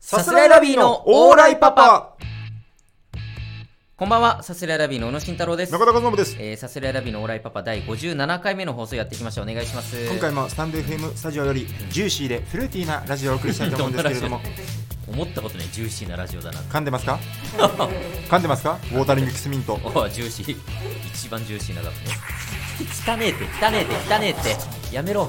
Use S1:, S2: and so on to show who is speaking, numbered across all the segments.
S1: さすらいラビーのオーライパパ
S2: こんばんは、サスレラビーの小野慎太郎です。
S1: 中田和伸です
S2: えー、サスレラビーのオーライパパ第57回目の放送やっていきましょう。お願いします。
S1: 今回もスタンド FM スタジオよりジューシーでフルーティーなラジオをお送りしたいと思うんですけれ ども
S2: 思ったことね、ジューシーなラジオだな。
S1: 噛んでますか噛んでますかウォータリングキスミント
S2: おお、ジューシー。一番ジューシーなだって。汚ねえって、汚ねえって、汚ねえって。やめろ。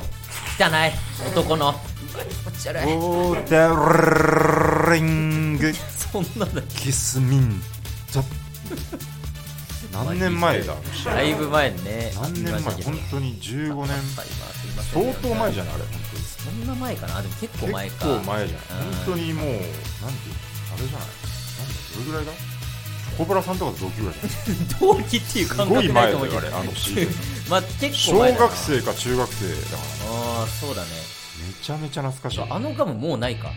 S2: 汚い。男の。うわ気持ち悪
S1: ウ
S2: い。
S1: ォータリング
S2: そんなだ。
S1: キスミント何年前だ
S2: だいぶ前にね。
S1: 何年前本当に15年相
S2: 相
S1: 当前じ
S2: ゃん。
S1: ゃないあれ本
S2: そんな前かなあ、でも結
S1: 当
S2: 構
S1: に
S2: 前
S1: 結
S2: か。
S1: 構前じゃない
S2: うん
S1: 本当にもうなんていうのあれじゃないなんだどれぐらいだチョコプラさんとかと同級ぐらいじゃない
S2: 同期っていう
S1: す
S2: 感
S1: ごい
S2: 覚な
S1: 前
S2: い
S1: だ
S2: と
S1: よ
S2: 思うけど
S1: あれあの CM
S2: まあ結
S1: 小
S2: 構前だな
S1: 学生か中学生だから
S2: ああそうだね
S1: めちゃめちゃ懐かしい
S2: あのガムもうないか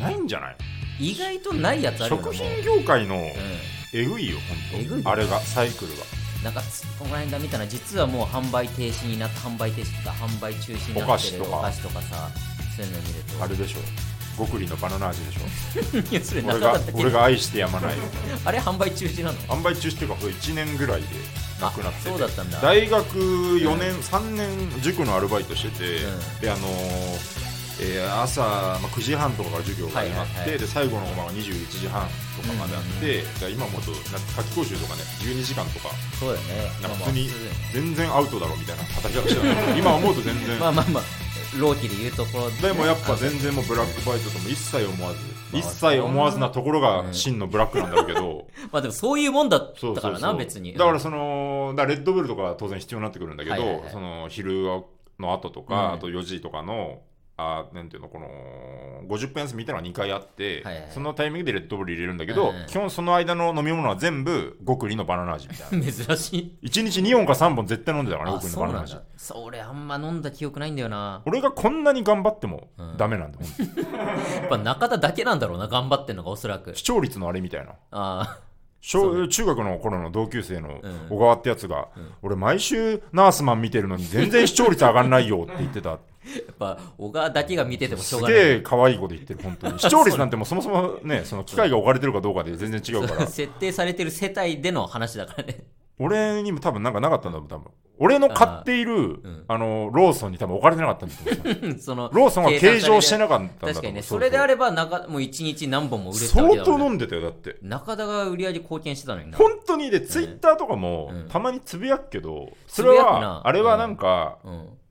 S1: ないんじゃない
S2: 意外とないやつあるよ
S1: 食
S2: なも
S1: 品業界の
S2: う
S1: えぐいよ
S2: えぐ
S1: 本
S2: い
S1: 当
S2: よ
S1: あれがサイクルが
S2: うん、なんかこの間見たら実はもう販売停止になった販売停止とか販売中止になってる
S1: お菓子とか
S2: お菓子とかさそういうの見ると
S1: あれでしょ極利のバナナ味でしょ
S2: い やそれな
S1: 俺
S2: か
S1: が
S2: ったっけ
S1: 俺が愛してやまない
S2: あれ販売中止なの
S1: 販売中止っていうか1年ぐらいでなくなってて
S2: あそうだったんだ
S1: 大学4年、3年塾のアルバイトしてて、
S2: うん
S1: であのーえー朝、まあ、9時半とかから授業が始まって、
S2: はいはいはい
S1: で最後のコマが21時半とかまであって、だから今もっとな夏期講習とかね12時間とか
S2: そうだよね
S1: なんか
S2: まあ
S1: 普通に全然アウトだろみたいな働き方してたの今思うと全然、
S2: まあまあまあまあ老期で言うところ
S1: でもやっぱ全然もうブラックバイトとも一切思わず、
S2: まあ
S1: 一切思わずなところが真のブラックなんだろうけ ど、
S2: まあでもそういうもんだっ
S1: そう
S2: た
S1: そ
S2: か
S1: うそ
S2: ら
S1: う
S2: な別に
S1: だからそのだからレッドブルとかは当然必要になってくるんだけど、
S2: はいはいはい
S1: その昼の後とか、
S2: うん
S1: あと4時とかのあなんていうのこの50分休みみたいなのが2回あって、
S2: はいはいはい
S1: そのタイミングでレッドブル入れるんだけど、
S2: うんうん
S1: 基本その間の飲み物は全部極利のバナナ味みたいな
S2: 珍しい
S1: 1日2本か3本絶対飲んでたからね
S2: あ
S1: 極利の
S2: そ
S1: バ
S2: う
S1: ナナ
S2: なん
S1: 味
S2: だそれあんま飲んだ記憶ないんだよな
S1: 俺がこんなに頑張っても
S2: うん
S1: ダメ なんだ、本当に
S2: やっぱ中田だけなんだろうな頑張ってんのがおそらく
S1: 視聴率のあれみたいな
S2: あ
S1: 小
S2: そう
S1: 中学の頃の同級生の
S2: うん
S1: 小川ってやつが、
S2: ん
S1: 俺毎週ナースマン見てるのに全然視聴率上がんない よって言ってた
S2: あやっぱ小川だけが見ててもしょ
S1: す
S2: うがない
S1: げえ可愛いこと言ってる本当に 視聴率なんてもうそもそもねその機械が置かれてるかどうかで全然違うから
S2: 設定されてる世帯での話だからね
S1: 俺にも多分なんかなかったんだもん多分俺の買っているあ、
S2: ん
S1: のローソンに多分置かれてなかったんだと思う
S2: その
S1: ロー ソンが計上してなかったんだと思う
S2: 確かにねそれであ
S1: れ
S2: れば中もう1日何本も売れてたわけ
S1: 相
S2: だか
S1: 当
S2: らね
S1: 飲んでたよだって
S2: 中田が売り上げ貢献してたのにな
S1: 本当にでツイッターとかも
S2: うん
S1: たまにつぶやくけどそ
S2: つ
S1: れ
S2: ぶやくな
S1: はあれはなんか
S2: うん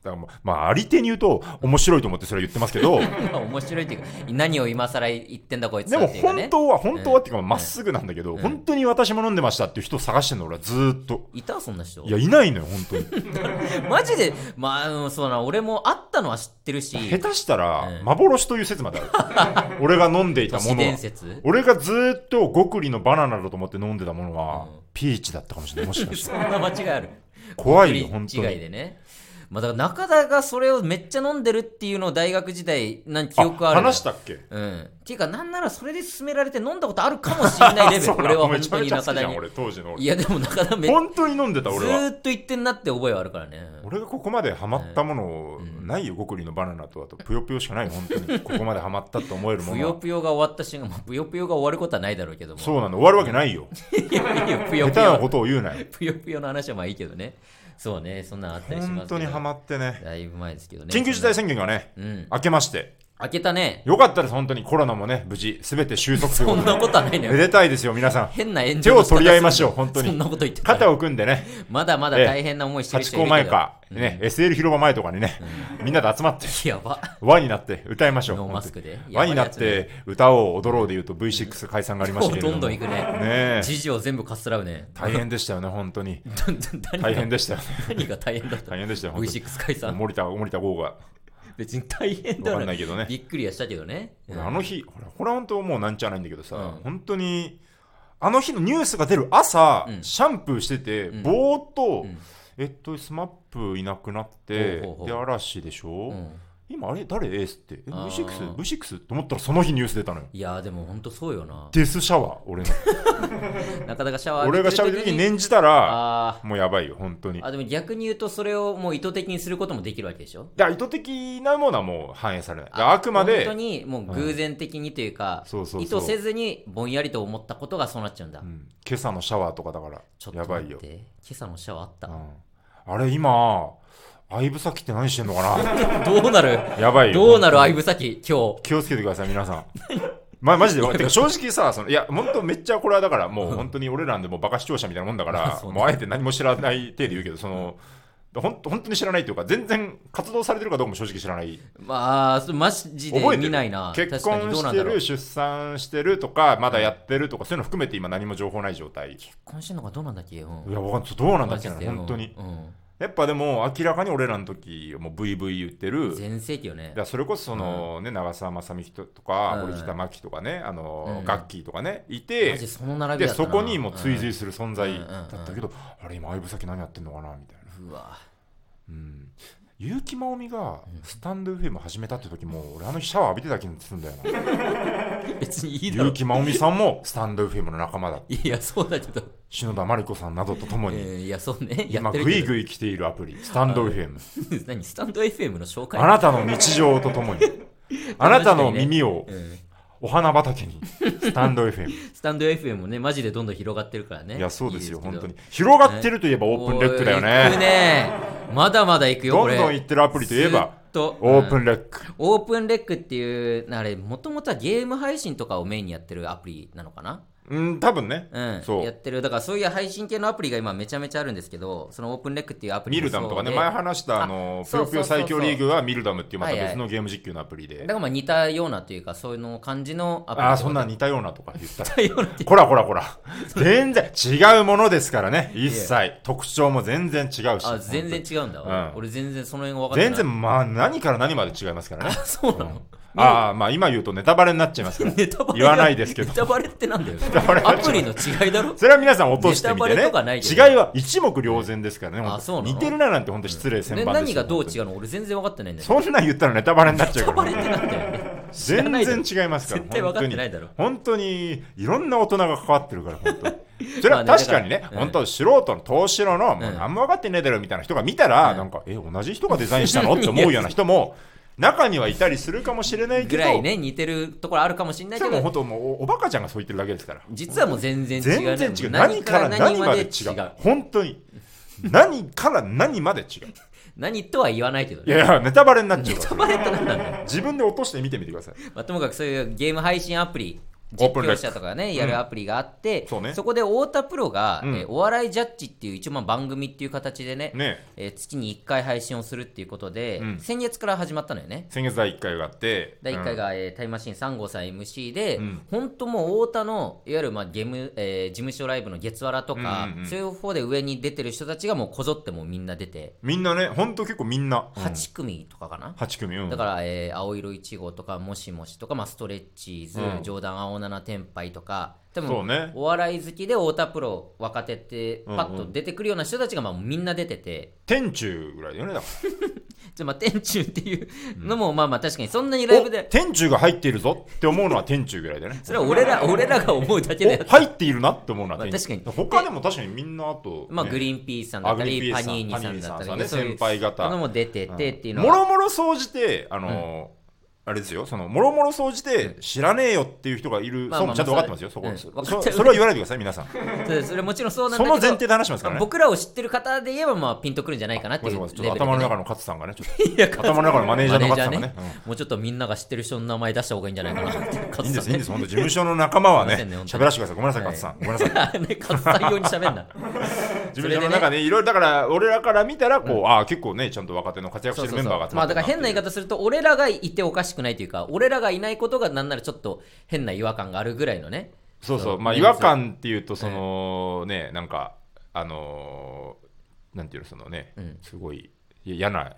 S1: だからもうまあありてに言うと面白いと思ってそれは言ってますけ ど
S2: まあ面白いっていうか何を今更言ってんだこいつ
S1: で
S2: は
S1: も
S2: っていうかね
S1: 本当は本当はっていうか
S2: うん
S1: まっすぐなんだけど
S2: ん
S1: 本当に私も飲んでましたっていう人を探してんの俺はずーっと
S2: いたそんな人
S1: いやいないのよ本当 に
S2: マジでまあうんそうだな俺も会ったのは知ってるし
S1: 下手したら
S2: うん
S1: 幻という説まである 俺が飲んでいたも
S2: 都市
S1: のは
S2: 伝説
S1: 俺がずーっと極利のバナナだと思って飲んでたものは
S2: うん
S1: ピーチだったかもしれないもしかし
S2: そ
S1: て
S2: んな間違いある
S1: 怖い
S2: 違
S1: よ本当
S2: い
S1: に
S2: でね。まあ、だから中田がそれをめっちゃ飲んでるっていうのを大学時代、なん記
S1: あ
S2: 憶あるのよ。
S1: 話したっけ
S2: うん。っていうか、なんならそれで勧められて飲んだことあるかもしれないレベル。
S1: そうだ
S2: 俺は
S1: め
S2: 本
S1: ち
S2: 当
S1: ゃめ
S2: に
S1: ちゃ好
S2: 中
S1: きじ
S2: 田
S1: ゃん
S2: に。
S1: 俺当時の
S2: い
S1: 俺
S2: や、でも中田めっ
S1: 本当に飲んでた
S2: ず
S1: 俺は
S2: ーっと言ってんなって覚えはあるからね。
S1: 俺がここまでハマったものないよ、極利のバナナとあとぷよぷよしかないよ本当 にここまでハマったと思えるも
S2: ぷよ
S1: の
S2: ぷよが終わった瞬間、まあぷよぷよが終わることはないだろうけども。
S1: そうなんだ終わるわけないよ
S2: いやいや ぷよ
S1: 下
S2: ぷ
S1: 手なこ
S2: よ。
S1: とを言うなよ
S2: ぷよぷよの話はまあいいけどね。そうね、そんなのあったりしますけど。
S1: 本当にハマってね
S2: だいぶ前ですけどね。
S1: 緊急事態
S2: そ
S1: 宣言がね
S2: んなうん。
S1: 明けまして
S2: 開けたね。
S1: よかったです本当にコロナもね無事すべて収束というこ
S2: そん
S1: とで
S2: なことはないのよ
S1: め。でたいですよ皆さん
S2: 変な炎上
S1: 手を取り合いましょう本当に
S2: そんなこと言ってた
S1: 肩を組んでね
S2: まだまだ大変な思いしてる
S1: ハチ
S2: 人いる
S1: 公
S2: けど
S1: 前か、ね SL 広場前とかにね、みんなで集まって
S2: やば
S1: 輪になって歌いましょう
S2: ノーマスクで
S1: 本当に
S2: やば
S1: 輪
S2: い
S1: に
S2: やつ
S1: なって歌おう踊ろうで言うと V6 解散がありましたけれど
S2: ど
S1: も
S2: んどん行くね
S1: ねえ
S2: 事情全部かっすらうね
S1: 大変でしたよね、本当 に。
S2: 何が
S1: 大変でしたよね。
S2: 何が大変だった
S1: 大変でしたよ、本当に
S2: V6 解散
S1: 森田、森田剛が。
S2: 別に大変だ
S1: わかんないけどね
S2: びっくりはしたけどね
S1: 俺あの日、ほら、これは本当もうなんちゃないんだけどさ、
S2: うん
S1: 本当に、あの日のニュースが出る朝、
S2: うん
S1: シャンプーしてて、
S2: ん
S1: ぼーっと、
S2: ん
S1: えっと、スマップいなくなって、
S2: ほうほうほう
S1: で、嵐でしょ、
S2: うん
S1: 今あれ誰エースってえ
S2: あー
S1: V6?V6? と思ったらその日ニュース出たのよ
S2: いやーでもほんとそうよな
S1: デスシャワー 俺の
S2: なかなかシャワー
S1: 俺が喋
S2: 浴び
S1: る
S2: て
S1: 時に念じたら
S2: あ
S1: もうやばいよ本当に
S2: ーあでも逆に言うとそれをもう意図的にすることもできるわけでしょ
S1: だから意図的なものはもう反映されないああくまで
S2: 本当にもう偶然的にというか、
S1: そうそう
S2: 意
S1: そう
S2: 図せずにぼんやりと思ったことがそうなっちゃうんだ、
S1: うん今朝のシャワーとかだから
S2: ちょっと
S1: やば
S2: 待
S1: い
S2: っ
S1: よ
S2: て、今朝のシャワーあっ
S1: うんあれ今相武咲って何してんのかな
S2: た、どうなる
S1: やばいよ
S2: どうなる
S1: 本当に
S2: 相武咲今日
S1: 気をつけてください皆さん ま、マジでてか正直さそのいや本当めっちゃこれはだからもう本当に俺らんでもうバカ視聴者みたいなもんだから
S2: そうね
S1: もうあえて何も知らない体で言うけどその本当本当に知らないというか全然活動されてるかどうかも正直知らない
S2: まあそマジで
S1: 覚えて
S2: 見
S1: る
S2: ないな
S1: 結
S2: 確か
S1: 婚
S2: にどうな
S1: し
S2: ん
S1: て
S2: だろう
S1: る
S2: 結
S1: 出産してるとかまだやってるとかそういうの含めて今何も情報ない状態い
S2: 婚してんのかどうなんだっけ、うん、
S1: やわかんないどうなんだっけな
S2: マジで
S1: 本当に
S2: うん
S1: やっぱでも明らかに俺らの時もう VV 言って
S2: うん
S1: る
S2: 全盛期よね
S1: だからそれこそその、ね長澤まさみとか、
S2: うん
S1: 堀北真希とかねあの、
S2: うん
S1: ガッキーとかねい
S2: マジ
S1: て
S2: その並び
S1: で
S2: だった
S1: そ
S2: な
S1: こにもう追随する存在
S2: うん
S1: だったけど、あれ今相武咲何やってんのかなみたいな、
S2: うんうわ
S1: うん、結城まおみがスタンド FM 始めたって時も俺あの日シャワー浴びてた気がするんだよ な
S2: 別にいいだろ
S1: 結城まおみさんもスタンド FM の仲間だ
S2: いやそうだけど、
S1: 篠田麻里子さんなどととも
S2: え
S1: に、
S2: ーいやそうねや
S1: 今
S2: ってる
S1: グ
S2: け
S1: イ
S2: ど
S1: グイ来ているアプリスタンド FM
S2: 何スタンド FM の紹 介
S1: あなたの日常とともにあなたの耳を
S2: うん
S1: お花畑 にスタンド FM
S2: スタンド FM もねマジでどんどん広がってるからね
S1: いや、そうですよ、
S2: いいけ
S1: 本
S2: ど
S1: 当に。広がってるといえばオープンレックだよ
S2: おー行く
S1: ね。
S2: ねまだまだ行くよ
S1: ど
S2: こ
S1: ん
S2: れ
S1: どん行ってるアプリといえば、
S2: ずっと
S1: オープ
S2: うん
S1: ンレック。
S2: オープンレックっていうあれもともとはゲーム配信とかをメインにやってるアプリなのかな
S1: うん、多分ね。
S2: うん
S1: そう
S2: やってるだからそういう配信系のアプリが今めちゃめちゃあるんですけどそのオープンレックっていうアプリ
S1: ミ
S2: も
S1: ルダムとかね、
S2: そうで
S1: 前話した、あの、ぷよぷよ最強リーグはミルダムっていうまた
S2: はいはい
S1: 別のゲーム実況のアプリ
S2: だ
S1: で
S2: か。らまあ似たようなというかそういうの感じのアプリ
S1: ああ、そんな似たようなとか言ったら。
S2: 似たようなって
S1: こらこら こら。全然違うものですからね。一切。特徴も全然違うし。
S2: あ全然
S1: 本
S2: 違うんだ、
S1: うん
S2: 俺全然その辺が分か
S1: 当
S2: って
S1: に
S2: ない
S1: 全然、まあ、何から何まで違いますから ね。
S2: そうなの、
S1: ああ、まあ今言うとネタバレになっちゃいますから。
S2: ネタバレ
S1: 言わないですけど
S2: ネタバレってなんだよ
S1: タバレになっ
S2: ア
S1: ちゃう
S2: プリの違いだろ
S1: それは皆さん落としてみて
S2: ネタバレ
S1: ね
S2: とかないけど
S1: 違いは一目瞭然ですからね、
S2: ん
S1: 本当
S2: あそうなの
S1: 似てるななんて本当失礼千
S2: ね
S1: 万です
S2: 何
S1: よ
S2: がどう
S1: 本
S2: 違うの俺全然分かってないんだよ
S1: 当にそんなん言ったらネタバレになっちゃ
S2: ネ
S1: う
S2: タ
S1: か
S2: バ
S1: ら
S2: レってなんだよね
S1: 全
S2: ないだろ
S1: 然違いますから
S2: 絶対分かってないだろ
S1: 本当に本当にいろんな大人が関わってるから本当に それ
S2: ま
S1: は
S2: あねだから
S1: 確かにね、
S2: うん
S1: 本当素人の投資のもう
S2: うん
S1: 何も分かってねえだろみたいな人が見たら、
S2: ん
S1: なんかえ同じ人がデザインしたのって思うような人 も中にはいたりするかもしれないけ
S2: ぐ
S1: ど
S2: らいね似てるところあるかもしれない
S1: それ
S2: け
S1: はもう
S2: ど
S1: 本当もうおおバカちゃんがそう言ってるだけですから
S2: 実はもう全然違うね、
S1: 全然違う
S2: 何
S1: 何
S2: か
S1: からら
S2: 何
S1: 何
S2: ま
S1: ま
S2: で
S1: で
S2: 違
S1: 違
S2: う
S1: う本当 に何から何まで違う
S2: 何とは言わないけど
S1: い
S2: ね
S1: やいやネタバレになっちゃう
S2: ネ
S1: か
S2: タ
S1: ら
S2: バレってなんなんだよ、
S1: 自分で落として見てみてください
S2: まあ、ともかくそういうゲーム配信アプリ
S1: オ
S2: 実
S1: ープンレッ
S2: 況
S1: ク
S2: 者とかねやるアプリがあって、
S1: そうね
S2: こで太田プロが、
S1: うん
S2: えーお笑いジャッジっていう一応まあ番組っていう形でね
S1: ね
S2: えー月に1回配信をするっていうことで、
S1: うん
S2: 先月から始まったのよね
S1: 先月第1回があって
S2: 第1回、が、えータイムマシーン3号さん MC で、
S1: うん
S2: 本当もう太田のいわゆる、まあゲームえー事務所ライブの月わらとか、
S1: うんうんうん
S2: そういう方で上に出てる人たちがもうこぞってもうみんな出て、
S1: うんみんなね本当結構みんな、うん
S2: 8組とかかな、
S1: 八組、うん、
S2: だから、えー青色1号とかもしもしとか、まあ、ストレッチーズ、
S1: うん
S2: ジョーダン青七天杯とか多
S1: そう
S2: 分、
S1: ね
S2: お笑い好きで太田プロ若手ってパッと出てくるような人たちが、まあ、みんな出てて。
S1: 天柱ぐらいだよねだか
S2: じゃあまあ天柱っていうのも、まあまあ確かにそんなにラ
S1: ら
S2: イブ
S1: お
S2: で
S1: 天柱が入っているぞって思うのは天柱ぐらいだよね
S2: それは俺ら俺らが思うだけで
S1: お入っているなって思うのは
S2: まあ
S1: 天柱、
S2: 確か
S1: 他でも確かにみんなあと、
S2: まあ、グ
S1: ーン
S2: リーンピースさんだった
S1: あグリ
S2: り、
S1: ーンピ
S2: パ
S1: ースさん
S2: ニーニさんだったり、
S1: パニーニさんね
S2: そうい
S1: 先
S2: う
S1: 輩方
S2: ものも出ててっていうの
S1: もろ
S2: は、
S1: もろ総じてあのーあれですよそのもろもろ総じて知らねえよっていう人がいる、
S2: まあ
S1: そう
S2: まあ
S1: ちゃんと分かってますよ、
S2: まあ
S1: そ
S2: うん
S1: こ、
S2: 分かっ
S1: そ
S2: ちゃう
S1: そ それは言わないでください皆さん
S2: そうですそれもちろんそうなんだ
S1: そ
S2: けど、
S1: の前提で話しますからね。
S2: 僕らを知ってる方で言えば、まあ、ピンとくるんじゃないかなって
S1: ご
S2: い
S1: めん
S2: う
S1: な
S2: レ
S1: さい
S2: ベ
S1: ちょ
S2: ル
S1: っと
S2: で、
S1: 頭の中
S2: ね。
S1: の勝さんがね、ちょっ
S2: いや
S1: と頭の中のマネージャーの勝さんがね。うん
S2: もうちょっとみんなが知ってる人の名前出した方がいいんじゃないかなって、
S1: いいん
S2: 勝
S1: で
S2: さん
S1: す、いいん
S2: ね
S1: で。す、本当、事務所の仲間はね
S2: すいませんね、本当に
S1: 喋らせてください、ごめんなさい、勝さん、ごめんなさい。
S2: ね勝 さん用に喋んな。
S1: 事務所の中ね、いろいろ、だから、俺らから見たら、こう、ああ、結構ね、ちゃんと若手の活躍し
S2: そう
S1: てる
S2: そ
S1: メン
S2: うそ
S1: バ
S2: う
S1: ーが集
S2: ま
S1: ま
S2: あ
S1: ってる
S2: だから
S1: なってい
S2: 変な言い方すると俺らがいておかしくないというか俺らがいないことがなんならちょっと変な違和感があるぐらいのね
S1: そう
S2: そ
S1: そうう、まあ、
S2: メ
S1: 違
S2: ンズ
S1: 和感っていうと、その、ね、なんか、あのー、なんていうの、そのね
S2: うん、
S1: すごい、いや嫌 な、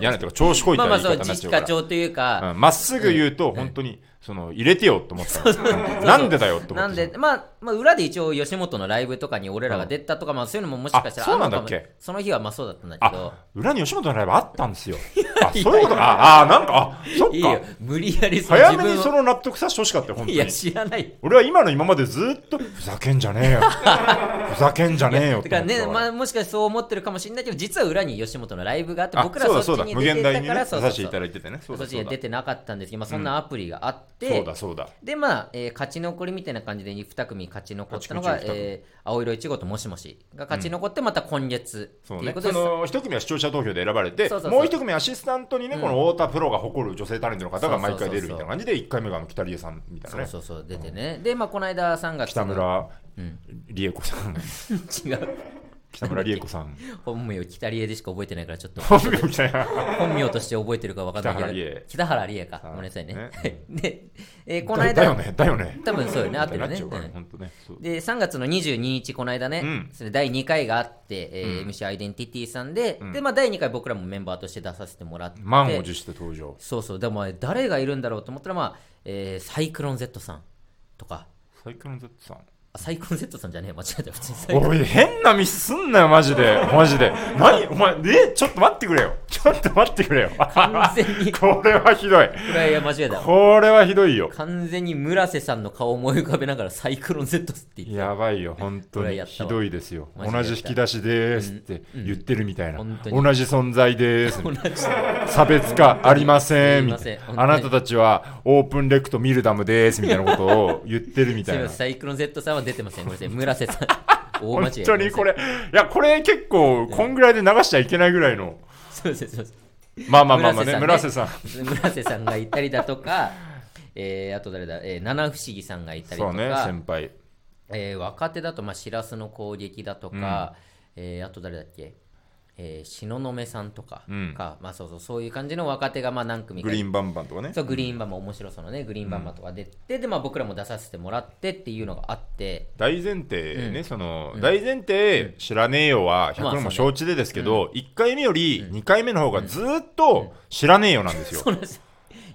S1: 嫌なというか、調子こい
S2: ま
S1: た
S2: あま
S1: 言い
S2: あそう
S1: 方になっち
S2: 実
S1: ゃうか
S2: 家
S1: ら。
S2: 長というか、
S1: うんまっすぐ言うと、本当に、その入れてよと思ったのなんでだよって思って
S2: なんで、まあ、まあ、裏で一応吉本のライブとかに俺らが出たとか、まあ、そういうのももしかしたら
S1: あそうなん
S2: るの
S1: だ
S2: か
S1: っ
S2: も
S1: け
S2: その日はまあそうだったんだけど
S1: あ裏に吉本のライブあったんですよあそういうことかああなんかあそっ
S2: いいよ
S1: か
S2: 無理やりその
S1: 早め
S2: 自
S1: に
S2: 分を
S1: その納得させてほしかったよ本当
S2: い
S1: に
S2: や知らない
S1: 俺は今の今までずっとふざけんじゃね えよふざけんじゃねえよっ
S2: だ
S1: て
S2: か
S1: 思っ
S2: ら
S1: て
S2: ね、
S1: た
S2: まあ、もしかしてそう思ってるかもしれないけど実は裏に吉本のライブがあって
S1: あ
S2: 僕ら
S1: そうだ
S2: はそ
S1: そ
S2: っ
S1: う
S2: ち
S1: だ
S2: に
S1: 無
S2: 出
S1: 限
S2: て
S1: 大
S2: た
S1: に
S2: か
S1: ね
S2: ら
S1: 出
S2: そうそう
S1: させてい
S2: そ
S1: た
S2: う
S1: だいててねそう
S2: そ
S1: だ
S2: っちに
S1: そ
S2: は出てなかったんですけど、まあ、そんなアプリがあって、
S1: うだそうだ
S2: でまあ、えー勝ち残りみたいな感じで2組勝ち残ったのが、
S1: 勝ち残り
S2: えー青色いちごともしもしが勝ち残ってまた今月って
S1: そう
S2: いう
S1: ね
S2: こ、と
S1: そ
S2: です、
S1: の一組は視聴者投票で選ばれて
S2: そうそうそう
S1: もう一組はアシスタントにね、この太田プロが誇る女性タレントの方が毎回出るみたいな感じで1回目があの北里江さんみたいな
S2: そう
S1: ね
S2: そうそう出てね、でまあこの間3月
S1: 北
S2: の
S1: 村理恵子さん
S2: 違う
S1: 北村理恵子さ ん
S2: 本名北リエでしか覚えてないからちょっと
S1: 本名みたいな
S2: 本名として覚えてるか分かんな
S1: 北原
S2: いけど
S1: 理恵
S2: 北原理恵か
S1: あ
S2: ごめんなさいね
S1: ね
S2: はいで、えーこの
S1: だだよ
S2: 間
S1: ねだよね
S2: 多分そうよね合ってる
S1: なっ
S2: ね
S1: ちゃうから
S2: う
S1: ね
S2: ん
S1: 本当ねそう
S2: で3月の22日この間ね、
S1: うん
S2: それ第2回があって、えー MC アイデンティティさんで,、でまあ、第2回僕らもメンバーとして出させてもらって
S1: 満を持して登場
S2: そうそうでも誰がいるんだろうと思ったら、まあえーサイクロン Z さんとか
S1: サイクロン Z さん
S2: あサイクロン Z さんじゃねえ間違えた普通にサイ
S1: おい変なミスすんなよマジでマジで何お前えちょっと待ってくれよちょっと待ってくれよ
S2: 完全に
S1: これはひどい
S2: クライヤー間違えた
S1: これはひどいよ
S2: 完全に村瀬さんの顔を思い浮かべながらサイクロン Z って言って
S1: やばいよ、本当
S2: これ
S1: に
S2: やった
S1: ひ
S2: わ
S1: どいですよ。
S2: マジで
S1: 同じ引き出しですって言ってるみたいな、
S2: うん本当に
S1: 同じ存在です、
S2: 同じ
S1: 差別化ありません
S2: すい
S1: み
S2: ま
S1: た
S2: せん
S1: い
S2: 本当
S1: な、あ
S2: に
S1: なたたちはオープンレクトミルダムですみたいなことを言ってるみ
S2: す
S1: た
S2: み
S1: い
S2: ま
S1: な
S2: せん。サイクロン Z さんは出てませんごめんなさい村瀬さん 大間違
S1: 本
S2: い
S1: 当にこれ、いや、これ結構、こんぐらいで流しちゃいけないぐらいの、
S2: すみませんすみません
S1: まあまあまあまあね、
S2: 村
S1: 村
S2: 瀬
S1: 瀬さん。
S2: 村瀬さんがいたりだとか、えーあと誰だ、えー七不思議さんがいたり
S1: そ
S2: と
S1: うね、
S2: か、
S1: 先輩。
S2: えー若手だと、まあ、しらすの攻撃だとか、えーあと誰だっけ、えー、東雲さんとか
S1: うん
S2: か、まあ、そうそうそういう感じの若手がまあ何組か
S1: グリーンバンバンとかね
S2: そ。うグリーンバンも面白そうなねグリーンバンマンとか出て、で、まあ、僕らも出させてもらってっていうのがあって
S1: 大前提ね、その、大前提知らねえよは
S2: まあ
S1: 100年も
S2: そう
S1: 承知でですけど、1回目より2回目の方がずーっと知らねえよなんですよ。
S2: そうなんです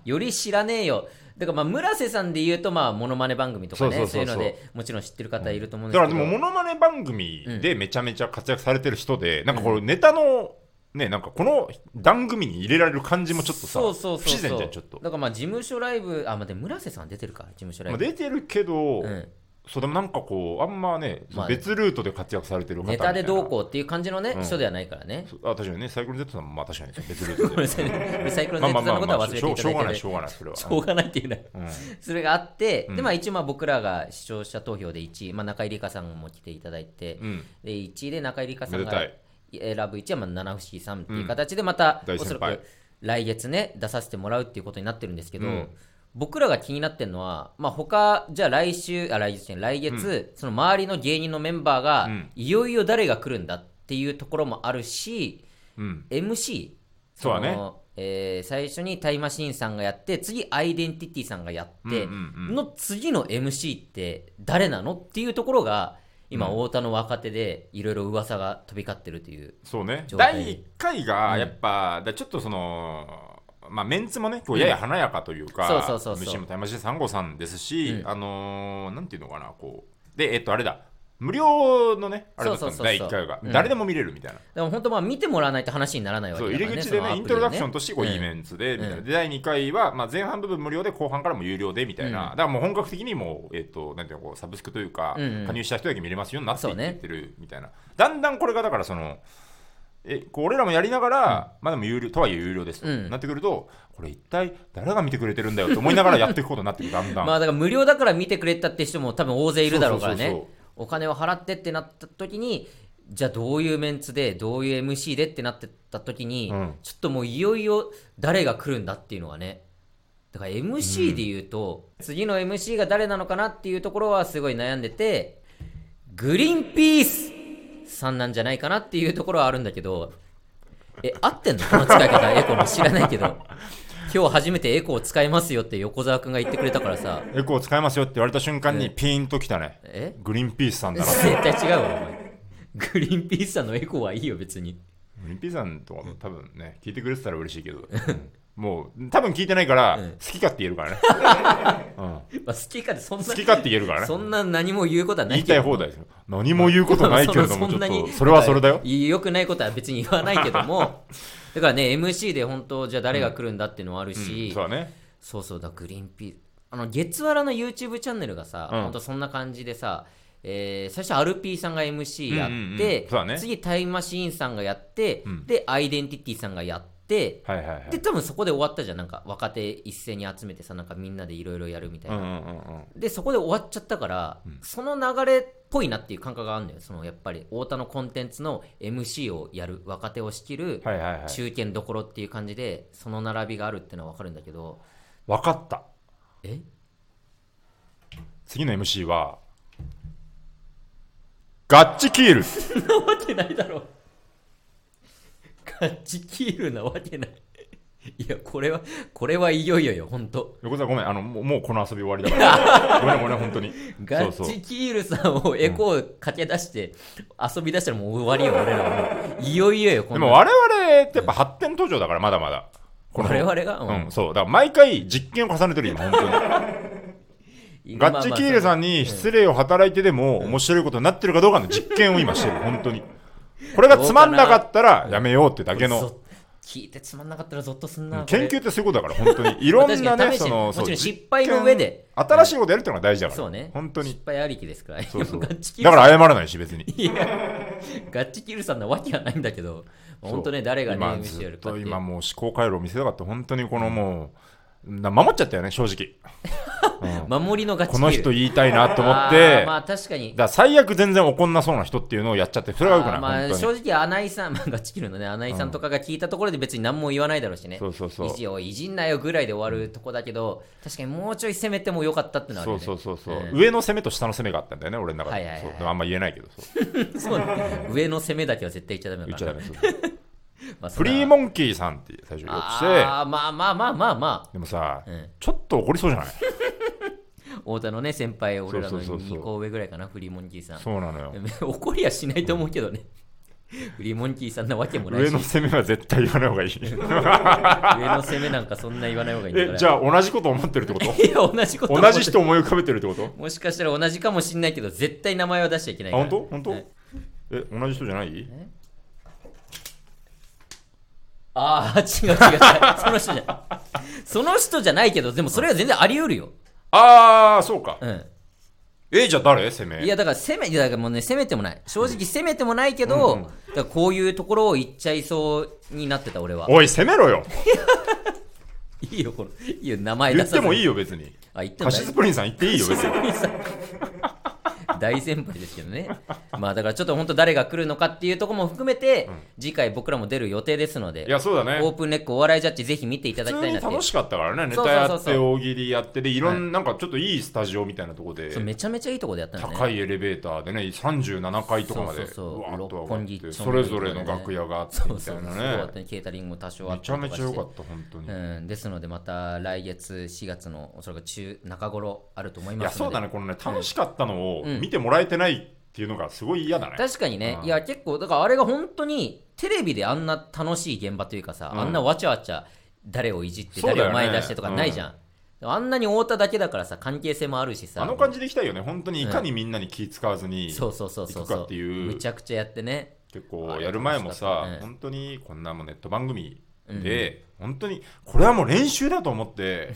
S2: より知らねえよだからまあ村瀬さんで言うとまあモノマネ番組とかねそ
S1: そううそうそうそう
S2: いうのでもちろん知ってる方いると思うん
S1: だ
S2: で
S1: か
S2: す
S1: ら
S2: け
S1: で
S2: ど
S1: もモノマネ番組でめちゃめちゃ活躍されてる人で、なんかこれネタのねなんかこの番組に入れられる感じもちょっとさ
S2: そうそうそうそう
S1: 不自然じゃんちょっと、
S2: だからまあ事務所ライブあまあで村瀬さん出てるか事務所ライ
S1: まあ、
S2: ブ、
S1: 出てるけど、
S2: うん
S1: そうでもなんかこうあんまね、
S2: まあ
S1: 別ルートで活躍されてる方みた
S2: ネ
S1: いな
S2: タでどうこうっていう感じのね、
S1: ん
S2: 人ではないからね
S1: そうあ確かにねサイクル Z さんもまあ確かに別 ルート
S2: ごめん
S1: で
S2: なさいねリサイクル
S1: ま
S2: ネ
S1: あま
S2: ット
S1: あ
S2: さんのこと
S1: ま
S2: は
S1: あまあ
S2: 忘れ
S1: してょ
S2: いうた
S1: しょうが
S2: だいて
S1: ない
S2: ね
S1: しょうがないそ れは
S2: しょうがないっていうね、
S1: うん
S2: それがあって、でまあ一応まあ僕らが視聴者投票で1位、まあ、中井理香さんも来ていただいて、
S1: うん
S2: で1位で中井理香さ
S1: め
S2: んが
S1: でたい
S2: 選ぶ1位はまあ七不思議さんっていう形でまた、
S1: 大
S2: おそ
S1: 先輩
S2: らく来月ね出させてもらうっていうことになってるんですけど、僕らが気になってるのは、まあ、他じゃあ来週あ来月じゃない来月、その周りの芸人のメンバーが、
S1: ん
S2: いよいよ誰が来るんだっていうところもあるし
S1: うん
S2: MC
S1: そうだね
S2: のえー最初にタイムマシーンさんがやって次アイデンティティさんがやって、
S1: うんうん
S2: の次の MC って誰なのっていうところが今太田の若手でいろいろ噂が飛び交ってるという
S1: そうね
S2: 状態
S1: 第1回がやっぱ、だちょっとその、まあ、メンツもねこうやや華やかというか、
S2: そうそうそうそう
S1: MC もタイムマシーン3号さんですし、
S2: うん
S1: あのーなんていうのかなこうでえっとあれだ無料のねあれだった
S2: そ
S1: の
S2: うそうそうそう
S1: 第1回が、
S2: うん
S1: 誰でも見れるみたいな、
S2: でも本当まあ見てもらわないと話にならないわけ
S1: そう
S2: だか
S1: 入
S2: ら
S1: り
S2: ね
S1: 口でねイントロダクションとしてこう、
S2: うん
S1: いいメンツでみたいな、
S2: うん
S1: で第2回は、まあ、前半部分無料で後半からも有料でみたいな、
S2: うん
S1: だからもう本格的にもう,、えっとなんていうのこうサブスクというか、
S2: うんうん
S1: 加入した人だけ見れますようになってい
S2: そうね
S1: ってるみたいな、だんだんこれがだからそのえこう俺らもやりながら、まあでも有料とはいえ有料ですと、
S2: うん
S1: なってくるとこれ一体誰が見てくれてるんだよと思いながらやっていくことになってくるだんだん、
S2: まあだから無料だから見てくれたって人も多分大勢いるだろうからね
S1: そうそうそう
S2: お金を払ってってなった時にじゃあどういうメンツでどういう MC でってなってった時に、
S1: うん
S2: ちょっともういよいよ誰が来るんだっていうのがねだから MC で言うと、次の MC が誰なのかなっていうところはすごい悩んでてグリーンピースさんなんじゃないかなっていうところはあるんだけどえ合ってんのこの使い方エコの知らないけど今日初めてエコを使いますよって横澤君が言ってくれたからさ
S1: エコー使いますよって言われた瞬間にピーンときたね、
S2: え
S1: グリーンピースさん だな
S2: 絶対違うわお前グリーンピースさんのエコはいいよ別に
S1: グリーンピースさんとかも多分ね聞いてくれてたら嬉しいけど、うんもう多分聞いてないから、
S2: うん
S1: 好きかって言える からね、うん
S2: まあ、好きかってそんな
S1: 好きかって言えるからね
S2: そんな何も言うことはな
S1: 言
S2: い
S1: いたい放題ですよ何も言うことないけ れどもちょっとそれはそれだよ
S2: よくないことは別に言わないけ どもだからね MC で本当じゃあ誰が来るんだっていうのもあるし、
S1: うんそうだね
S2: そうそうだグリーンピースあの月わらの YouTube チャンネルがさ、
S1: うん
S2: ほんとそんな感じでさ、えー最初アルピーさんが MC やっ
S1: うんうんう
S2: て
S1: ん、そうだね
S2: 次タイムマシーンさんがやって、
S1: うん
S2: でアイデンティティさんがやって、
S1: はいはいはい
S2: で多分そこで終わったじゃんなんか若手一斉に集めてさなんかみんなでいろいろやるみたい
S1: うん
S2: な、
S1: うんうん
S2: でそこで終わっちゃったから、その流れっぽいなっていう感覚があるんだよそのやっぱり太田のコンテンツの MC をやる若手を仕切る、
S1: はいはいはい
S2: 中堅どころっていう感じでその並びがあるってのは分かるんだけど
S1: 分かった
S2: え
S1: 次の MC はガッチキール
S2: なわけないだろガチキールなわけないいやこれはこれはいよいよよほんと
S1: 横澤ごめんあのもうもうこの遊び終わりだ からごめんごめん本当に
S2: ガ
S1: そうそう
S2: チキールさんをエコーかけ出して遊び出したらもう終わりよ俺らはもういよいよよこ
S1: で
S2: ん
S1: も
S2: な
S1: 我々ってやっぱ発展途上だからまだまだこの
S2: 我々が、うん
S1: うん、そうだから毎回実験を重ねてる今本 当にガッチキールさんに失礼を働いてでも面白いことになってるかどうかの実験を今してる本当にこれがつまんなかったらやめようってだけの
S2: ぞ聞いてつまんなかったらゾッとすんな、
S1: うん
S2: これ
S1: 研究ってそういうことだから本当にいろん
S2: ま
S1: な
S2: あ確か
S1: ね
S2: に
S1: その
S2: 試してもちろん
S1: そう
S2: 失敗の上で
S1: 実験新しいことやるっていうのが大事だから
S2: そうね
S1: 本当に
S2: 失敗ありきですから
S1: そうそう
S2: ガッチ キー
S1: だ
S2: ル
S1: から謝らないし別に
S2: いやガッチキールさんなわけはないんだけどまあ 本当ね誰がね
S1: 今
S2: MC
S1: ず
S2: やる
S1: っ
S2: かっ
S1: と
S2: ていう
S1: 今もう思考回路を見せたかった本当にこのもうな守っちゃったよね正 直うん
S2: 守りのガッチ
S1: こ
S2: キール
S1: の人言いたいなと思っ
S2: あー
S1: て
S2: ま
S1: だか
S2: あ確かに
S1: ら最悪全然怒んなそうな人っていうのをやっちゃってそれがよく
S2: あーま
S1: ない
S2: あ
S1: 本当
S2: 正
S1: に
S2: 直穴井さん、まあ、ガッチキルのね穴井さんとかが聞いたところで別に何も言わないだろうしね、
S1: そうそうそう
S2: 意地をいじんなよぐらいで終わるとこだけど確かにもうちょい攻めてもよかったってのはある
S1: そ
S2: よ
S1: う
S2: ね
S1: そうそうそう、
S2: うん
S1: 上の攻めと下の攻めがあったんだよね俺の中で,、
S2: はいはいはい
S1: そうでもあんま言えないけどそう
S2: そうね上の攻めだけは絶対言っちゃダメだ
S1: 言っ
S2: か
S1: ちゃダメ
S2: ら
S1: そう
S2: まあそ
S1: フ
S2: れは
S1: リーモンキーさんって最初よくして
S2: あーまあまあまあまあま
S1: でもさ、
S2: うん
S1: ちょっと怒りそう じゃない
S2: あ太田のね先輩俺らの
S1: そうそうそうそう
S2: 2個上ぐらいかなフリーモンキーさん
S1: そうなのよ
S2: 怒りはしないと思うけどね、フリーモンキーさんなわけもないし
S1: 上の攻めは絶対言わない方がいい
S2: 上の攻めなんかそんな言わない方がいいんだか
S1: え
S2: ら
S1: じゃあ同じこと思ってるって こと
S2: いや同じこと思って
S1: 同じ人思い浮かべてるってこと
S2: もしかしたら同じかもしんないけど絶対名前は出しちゃいけない
S1: あ
S2: から
S1: 本当本当、
S2: はい
S1: え同じ人じゃない
S2: ああ違う違う違うその人じゃその人じゃないけどでもそれは全然あり得るよ
S1: ああそうか、
S2: うん
S1: えじゃあ誰攻め
S2: いやだから攻めいやだからもうね攻めてもない正直攻めてもないけど、
S1: うんうん
S2: だからこういうところを言っちゃいそうになってた俺は
S1: おい攻めろよ
S2: いいよこのいいよ名前出
S1: 言っ
S2: さず
S1: て
S2: に
S1: もいいよ別に
S2: あ言っても
S1: カ
S2: 大
S1: シスプリンさん言っていいよ別に
S2: 大先輩ですけどねまあだからちょっと本当誰が来るのかっていうところも含めて、次回僕らも出る予定ですので
S1: いやそうだね
S2: オープンレックお笑いジャッジぜひ見ていただき
S1: 普
S2: た
S1: 通
S2: い
S1: に
S2: なっていう
S1: 楽しかったからねネ
S2: そう
S1: タ
S2: そうそうそう
S1: やって大喜利やってでいろんななんかちょっといいスタジオみたいなとこで
S2: そうめちゃめちゃいいとこでやったのね
S1: 高いエレベーターでね37階とかまで
S2: そうそうそう
S1: うわーっと上
S2: 六本
S1: がっ
S2: 木
S1: てそれぞれの楽屋があって
S2: そ
S1: み
S2: う
S1: た
S2: そ
S1: いう
S2: そう
S1: なね
S2: ねケータリングも多少あ
S1: め
S2: っ
S1: ち
S2: た
S1: ゃ
S2: りと
S1: め
S2: か
S1: ち
S2: して
S1: ゃ良かった本当に
S2: うん、ですのでまた来月4月のおそらく中中頃あると思い
S1: い
S2: ま
S1: や
S2: す
S1: そ
S2: ので
S1: うだねこのね楽しかったのを
S2: うん
S1: 見てもらえてないっていうのがすごい嫌だね
S2: 確かにね、
S1: うん
S2: いや結構だからあれが本当にテレビであんな楽しい現場というかさ、
S1: うん
S2: あんなわちゃわちゃ誰をいじって
S1: そうだ
S2: 誰
S1: よ
S2: を
S1: ね
S2: 前に出してとかないじゃん、あんなに太田だけだからさ関係性もあるしさ
S1: あの感じでいきたいよね本当にいかにみんなに気使わずに
S2: そうそうそうそ
S1: いうくか
S2: そ
S1: っていう
S2: むちゃくちゃやってね
S1: 結構やる前もさ、
S2: うん
S1: 本当にこんなもうネット番組で、本当にこれはもう練習だと思 って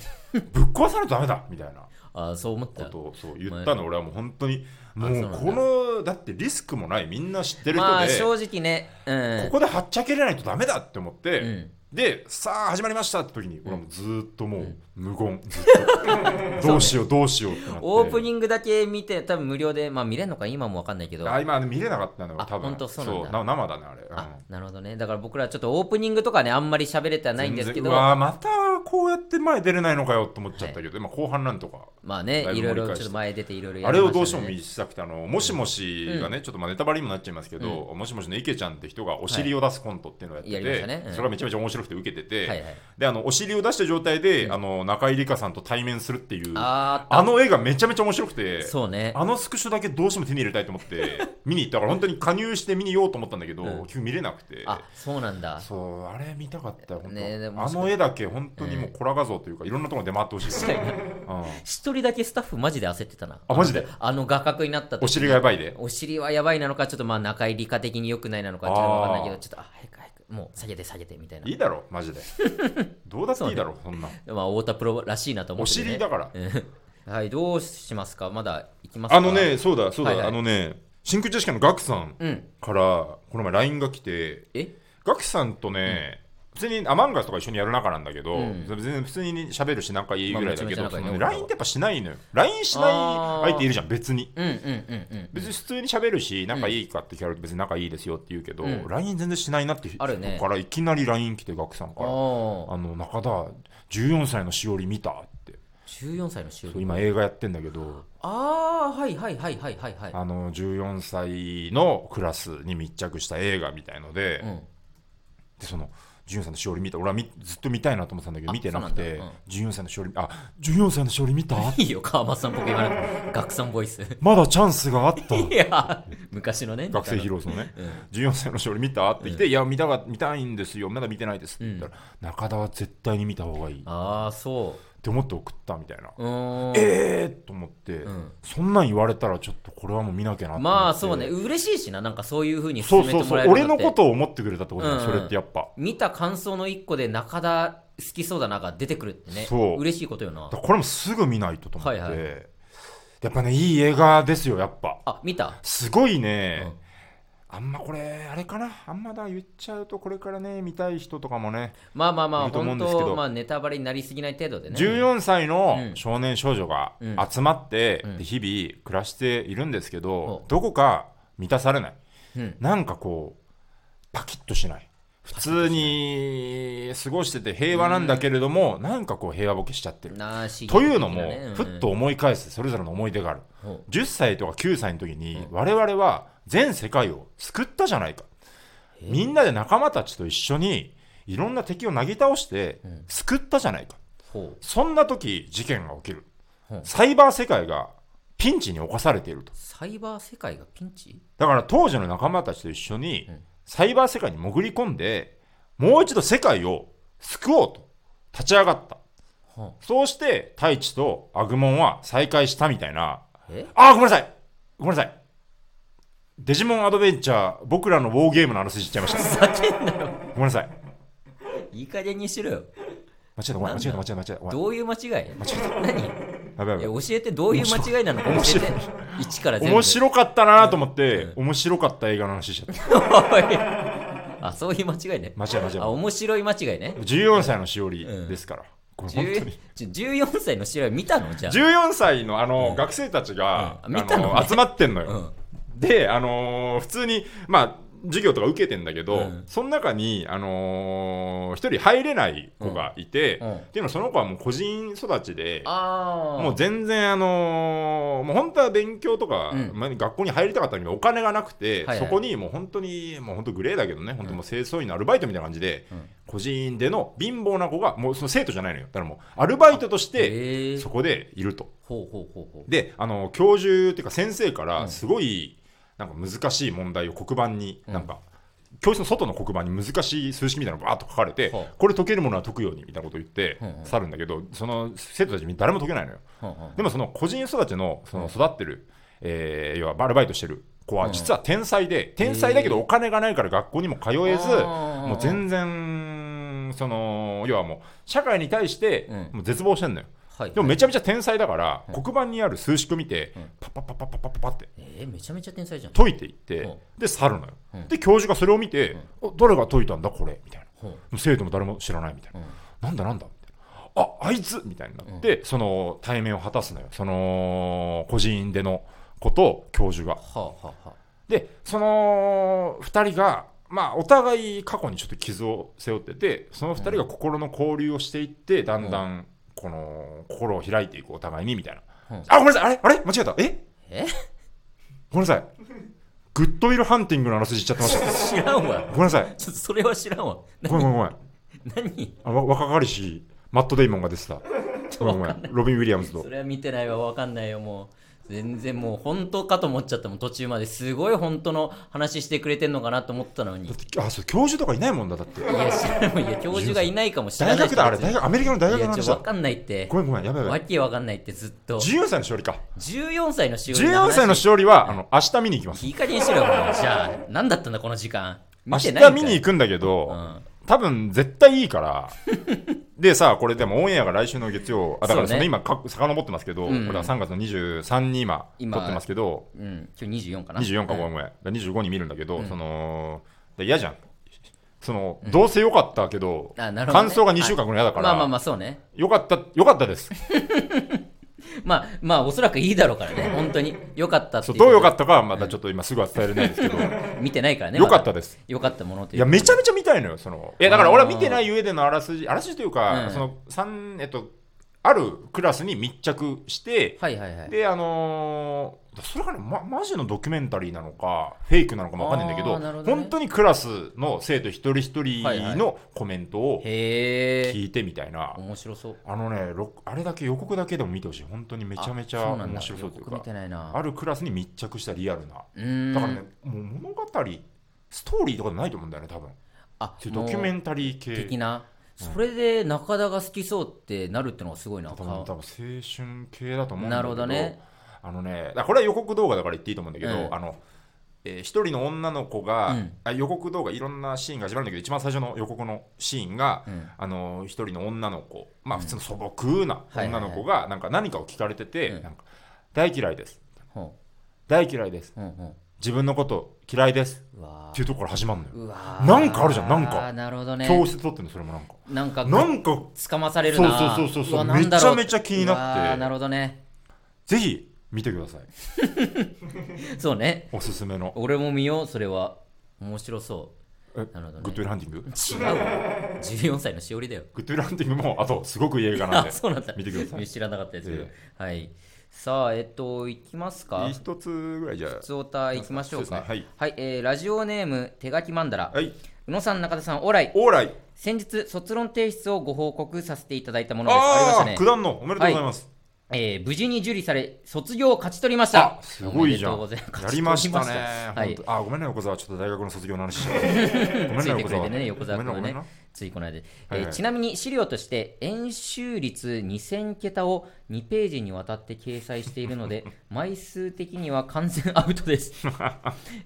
S1: ぶっ壊さないとダメだみたいな
S2: あーそう思っ
S1: こ
S2: た
S1: とをそう言ったの俺はもう本当にも
S2: あそうな
S1: うん
S2: だ
S1: このだってリスクもないみんな知ってる人で、
S2: まあ正直ねうん
S1: ここではっちゃけれないとダメだって思って、
S2: うん
S1: でさあ始まりましたって時に俺はもうずーっともう無 言ずっとどうしようどうしようってなって
S2: オープニングだけ見て多分無料でまあ見れるのか今もわかんないけど
S1: あ今あの見れなかったのよ
S2: あ
S1: 多分
S2: 本当そうなんだ
S1: 生だねあれうん
S2: あなるほどねだから僕らちょっとオープニングとかねあんまり喋れてはないんですけど
S1: 全然うわーまたこうやって前出れないのかよと思っちゃったけど、今後半なんとか、
S2: まあね
S1: だい
S2: い
S1: ぶ
S2: ろいろ
S1: 盛り返し
S2: ち
S1: て
S2: ょっと前出ていろいろや
S1: あれ
S2: りま
S1: を
S2: した
S1: ど
S2: ね
S1: うしても見したくてあのもしもしがね、ちょっとまあネタバレにもなっちゃいますけど、もしもしの池ちゃんって人がお尻を出すコントっていうのをやってて、
S2: やりましたねうん
S1: それがめちゃめちゃ面白くて受けてて、
S2: はいはい
S1: であのお尻を出した状態で、あの中井理香さんと対面するっていう
S2: あーあった
S1: あの絵がめめちゃめちゃ面白くて
S2: そうね
S1: あのスクショだけどうしても手に入れたいと思って 見に行ったから本当に加入して見にようと思ったんだけど、
S2: うん
S1: 結局見れなくて
S2: あそうなんだ
S1: そうあれ見たかったよ本当、
S2: ねでも
S1: あの絵だけ本当にもうコラ画像というか、いろんなところに出回ってほしいです
S2: 確かに
S1: うん
S2: 一人だけスタッフマジで焦ってたな
S1: あマジ で
S2: あの画角になった時
S1: お尻がやばい で
S2: お尻はやばいなのかちょっとまあ中入り化的に良くないなのかちょっとわかんないけどちょっとあ早く早くもう下げて下げてみたいない
S1: いだろマジでどうだっていいだろそんな
S2: まあ太田プロらしいなと思
S1: お
S2: って、ね、
S1: 尻だから
S2: らはいどうしますかまだ行きますか
S1: あのねそうだそうだ、
S2: はいはい
S1: あのね真空ジェシカのガクさん
S2: うん
S1: からこの前 LINE が来て
S2: え
S1: ガクさんとね、普通にアマンガスとか一緒にやる仲なんだけど、
S2: うん
S1: 全然普通に喋るし仲いいぐらいだけど、
S2: まあめちゃめちゃ仲いいね
S1: その LINE ってやっぱしないのよ LINE しない相手いるじゃん別に
S2: うんうんうんうん
S1: 別に普通に喋るし仲いいかって聞かれると別に仲いいですよって言うけど、
S2: うん
S1: LINE 全然しないなって人
S2: あるね
S1: からいきなり LINE 来てガクさんから
S2: ああ
S1: あの中田14歳のしおり見たって
S2: 14歳の修
S1: そう今映画やってんだけど
S2: ああはいはいはいはいはいはい
S1: あの14歳のクラスに密着した映画みたいので,、
S2: うん
S1: でその14歳のしおり見た俺はみずっと見たいなと思ってたんだけど
S2: あ
S1: 見てなくて、
S2: そうなんだ
S1: 14歳のしおりあ14歳のしおり見た
S2: いいよ川松さん僕今の学さんボイ ス
S1: まだチャンスがあった
S2: いや昔のね
S1: 学生
S2: み
S1: ヒ
S2: たいな
S1: ローズのね、14歳の勝利見たって来て、いや見たが、見たいんですよ、まだ見てないですって言ったら、中田は絶対に見た方がいいっ
S2: ああそ
S1: て思って送ったみたいな、
S2: ううーん
S1: えーと思って、
S2: ん
S1: そんなん言われたら、ちょっとこれはもう見なきゃなと思って、
S2: まあそうね嬉しいしななんかそういうふうに
S1: そう
S2: 進めて
S1: そうそ
S2: もら
S1: う
S2: え、る
S1: 俺
S2: だっ
S1: の
S2: て
S1: ことを思ってくれたってことだよ、
S2: うんうん
S1: それってやっぱ。
S2: 見た感想の一個で中田好きそうだなが出てくるってね
S1: そう
S2: 嬉しいことよな
S1: だからこれもすぐ見ないとと思って、
S2: はいは
S1: やっぱね、いい映画ですよ、やっぱ。
S2: あ見た
S1: すごいね。
S2: うん
S1: あんまこれ、あれかな、あんまだ言っちゃうと、これからね、見たい人とかもね、
S2: まあまあま
S1: い
S2: あ
S1: ると思う
S2: 本
S1: んですけど
S2: 当まあネタバレになりすぎない程度でね
S1: 14歳の
S2: うん
S1: 少年少女が
S2: うん
S1: 集まって、
S2: うん
S1: で日々暮らしているんですけど、
S2: お
S1: どこか満たされない
S2: うん
S1: なんかこうパキッとしない普通に過ごしてて平和なんだけれども、なんかこう平和ボケしちゃってる、
S2: なあし
S1: というのも、
S2: 的なね
S1: ふっと思い返すそれぞれの思い出がある
S2: うんうん
S1: 10歳とか9歳の時に、我々は全世界を救ったじゃないか、みんなで仲間たちと一緒にいろんな敵をなぎ倒して、
S2: ん
S1: 救ったじゃないか
S2: ほう
S1: そんな時事件が起きる
S2: うん。
S1: サイバー世界がピンチに侵されていると。
S2: サイバー世界がピンチ
S1: だから当時の仲間たちと一緒に
S2: ん
S1: サイバー世界に潜り込んで、もう一度世界を救おうと立ち上がった。
S2: はあ
S1: そうして太一とアグモンは再会したみたいな。
S2: え
S1: あーごめんなさいごめんなさいデジモンアドベンチャー、僕らのウォーゲームの話しちゃいました。ごめんなさい。
S2: いい加減にしろよ
S1: 間違えた、ごめん、間違えた、間違えた、間違えた。ごめん
S2: どういう間違い何
S1: やばいやばい
S2: いや教えてどういう間違いなのか
S1: 面
S2: 教え
S1: 白
S2: て
S1: い
S2: 一から全部
S1: 面白かったなと思って、面白かった映画の話しちゃった。
S2: あそういう間違いね
S1: 間違え間違え
S2: あ面白い間違いね
S1: 14歳のしおりですから、これ本当に
S2: 10 14歳の白い見たのじゃあ
S1: 14歳のあの、学生たちが、
S2: うん
S1: あ
S2: 見たのね
S1: 集まってんのよ、であのー普通にまあ授業とか受けてんだけど、
S2: うん
S1: その中に、あのー一人入れない子がいて、
S2: うんうん
S1: っていうのはその子はもう個人育ちで、
S2: ああ
S1: もう全然あのーもう本当は勉強とか、
S2: うん
S1: まあ学校に入りたかったけどお金がなくて、
S2: はいはい
S1: そこにもう本当にもう本当グレーだけどね本当もう清掃員のアルバイトみたいな感じで、
S2: うん
S1: 個人での貧乏な子がもうその生徒じゃないのよだからもうアルバイトとして
S2: へー
S1: そこでいると。
S2: ほうほうほうほう
S1: であの教授っていうか先生か
S2: う
S1: ら
S2: ん
S1: すごいなんか難しい問題を黒板に、
S2: うん
S1: なんか教室の外の黒板に難しい数式みたいなのがバーッと書かれて、
S2: はあ
S1: これ解けるものは解くようにみたいなことを言って
S2: うんうん
S1: 去るんだけどその生徒たちみんな誰も解けないのよ。
S2: ほうほう
S1: でもその個人育ちのその育ってる、えー要はアルバイトしてる子は実は天才で、天才だけどお金がないから学校にも通えず、
S2: あー
S1: もう全然その要はもう社会に対して
S2: うん
S1: もう絶望してんのよ。
S2: はい
S1: でもめちゃめちゃ天才だから、黒板にある数式を見て、パッパッパッパッパッパッパッって
S2: えー、めちゃめちゃ天才じゃん
S1: 解いていって、
S2: うん
S1: で去るのよ、
S2: うん
S1: で教授がそれを見て、お誰が解いたんだこれみたい
S2: ほう
S1: な生徒も誰も知らないみたいな、
S2: うん
S1: なんだなんだみたいなああいつみたいになって、その対面を果たすのよその個人でのことを教授が
S2: はあはあはあ
S1: でその2人がまあお互い過去にちょっと傷を背負っててその2人が心の交流をしていってだんだんこの心を開いていくお互いにみたいな、
S2: うん
S1: あごめんなさいあれあれ間違えたえ
S2: え
S1: ごめんなさいグッドウィルハンティングの話しちゃってました
S2: 知らんわ
S1: ごめんなさい
S2: ちょっとそれは知らんわな
S1: ごめんごめんごめん
S2: 何
S1: あわ若かりしマット・デイモンが出てたごめんごめんロビン・ウィリアムズと
S2: それは見てないわ分かんないよもう全然もう本当かと思っちゃったもん途中まですごい本当の話してくれてんのかなと思ったのにい
S1: あそう教授とかいないもんだだって
S2: や知らないいや教授がいないかもしれ
S1: 大
S2: ない
S1: 学だあれ
S2: 別
S1: 大
S2: に
S1: 学アメリカの大
S2: い
S1: 学の
S2: やちょ
S1: 話
S2: 分
S1: だ
S2: かんないって
S1: ごめんごめんやばいやば
S2: わ
S1: い
S2: け分かんないってずっと
S1: 14歳のしおりか
S2: 14歳のしおりの
S1: 14
S2: 話
S1: 歳のしおりはあの明日見に行きます
S2: いい加減にしろよもうじゃあ何だったんだこの時間
S1: 明
S2: 見てない
S1: 日
S2: んかい
S1: 見に行くんだけど、
S2: うん
S1: 多分絶対いいから でさこれでもオンエアが来週の月曜あだから
S2: そ
S1: そうの
S2: ね
S1: 今か遡ってますけど、
S2: うん
S1: これは3月の23に今
S2: 今
S1: 撮ってますけど
S2: うん今日24かな
S1: 24かごめ
S2: うん
S1: んごめんだから25に見るんだけど、
S2: うん
S1: そので嫌じゃんその、どうせ良かったけど
S2: あなるほどね
S1: 感想が2週間後に嫌だから、
S2: まあまあまあそうね
S1: よかったよかったです
S2: まあまあおそらくいいだろうか らね本当によかったって
S1: そ
S2: いうこ
S1: ど
S2: と
S1: う良かったかはまだちょっと今すぐは伝えれないですけど、
S2: 見てない からね
S1: 良かった
S2: まだ
S1: です
S2: 良かったものと
S1: い
S2: いう
S1: や
S2: か
S1: めちゃめちゃ見たいのよそのいやだから俺は見てない
S2: あ
S1: 上でのあらすじあらすじというか、
S2: うん
S1: その三えっとあるクラスに密着して、
S2: はいはいはい
S1: であのーそれがね、ま、マジのドキュメンタリーなのかフェイクなのかもわかんないんだけ
S2: あ
S1: ど
S2: ーなるほどね
S1: 本当にクラスの生徒一人一
S2: はいは
S1: 人
S2: い
S1: のコメントを
S2: へえ
S1: 聞いてみたいな、
S2: 面白そう
S1: あのねろあれだけ予告だけでも見てほしい本当にめちゃめちゃ
S2: あそうなんだ
S1: 面白そうという
S2: よく見
S1: か
S2: てないな
S1: あるクラスに密着したリアルな
S2: うーん
S1: だからね、もう物語ストーリーとかじゃないと思うんだよね多分
S2: あ
S1: そういうドキュメ
S2: ン
S1: ンタリー系
S2: 的なそれで中田が好きそうってなるってのがすごいな
S1: 多分多分青春系だと思うんだけど
S2: なるほどね
S1: あのねだからこれは予告動画だから言っていいと思うんだけど、
S2: うん
S1: あのえー一人の女の子が、
S2: うん
S1: あ予告動画いろんなシーンが始まるんだけど一番最初の予告のシーンが、
S2: うん
S1: あの一人の女の子まあ普通の素朴な女の子がなんか何かを聞かれてて、
S2: うん
S1: なんか大嫌いです
S2: ほ
S1: 大嫌いです
S2: うほうほ
S1: 自分のこと嫌いです
S2: ううわ
S1: っ
S2: ー
S1: ていうところから始まるのよ、
S2: うわー
S1: なんかあるじゃんなんか
S2: あーなるほどね
S1: 教室撮ってるのそれもなんか
S2: なんか
S1: なんか
S2: つかまされるな
S1: そうそうそうそうそう
S2: わなんだろう
S1: めちゃめちゃ気になって
S2: うわーなるほどね
S1: ぜひ見てください
S2: そうね
S1: おすすめの
S2: 俺も見ようそれは面白そ
S1: え
S2: なるほどね
S1: グッドウィルハンティング
S2: う違うわ14歳のしおりだよ
S1: グッドウィルハンティングもあとすごくいい映画なん
S2: あ
S1: で
S2: そうなんだ
S1: 見てください
S2: 知らなかったですけど、
S1: え
S2: はいさあえっといきますか
S1: 一つぐらいじゃあ
S2: 普通おたいきましょうか
S1: そうですね
S2: えーラジオネーム手書きマンダラ、
S1: はい
S2: 宇野さん中田さんオーライ
S1: オーライ
S2: 先日卒論提出をご報告させていただいたものですありまし
S1: あ
S2: た
S1: あ
S2: ね
S1: ー九段のおめでとうございます
S2: えー無事に受理され卒業を勝ち取りまし
S1: あ
S2: た
S1: すごいじゃん
S2: おめ
S1: や
S2: でとうございます
S1: りましたね
S2: は
S1: 本
S2: い
S1: 当あーごめんね横澤ちょっと大学の卒業の話しちゃったごめん
S2: つ
S1: ね
S2: いてくれてね、
S1: 横
S2: 横
S1: 澤
S2: 澤
S1: ごめんな
S2: 君は
S1: ごめん
S2: ね
S1: な。
S2: ついこの間で、
S1: はいはい
S2: えーちなみに資料として、円周率2000桁を2ページにわたって掲載しているの で、枚数的には完全アウトです、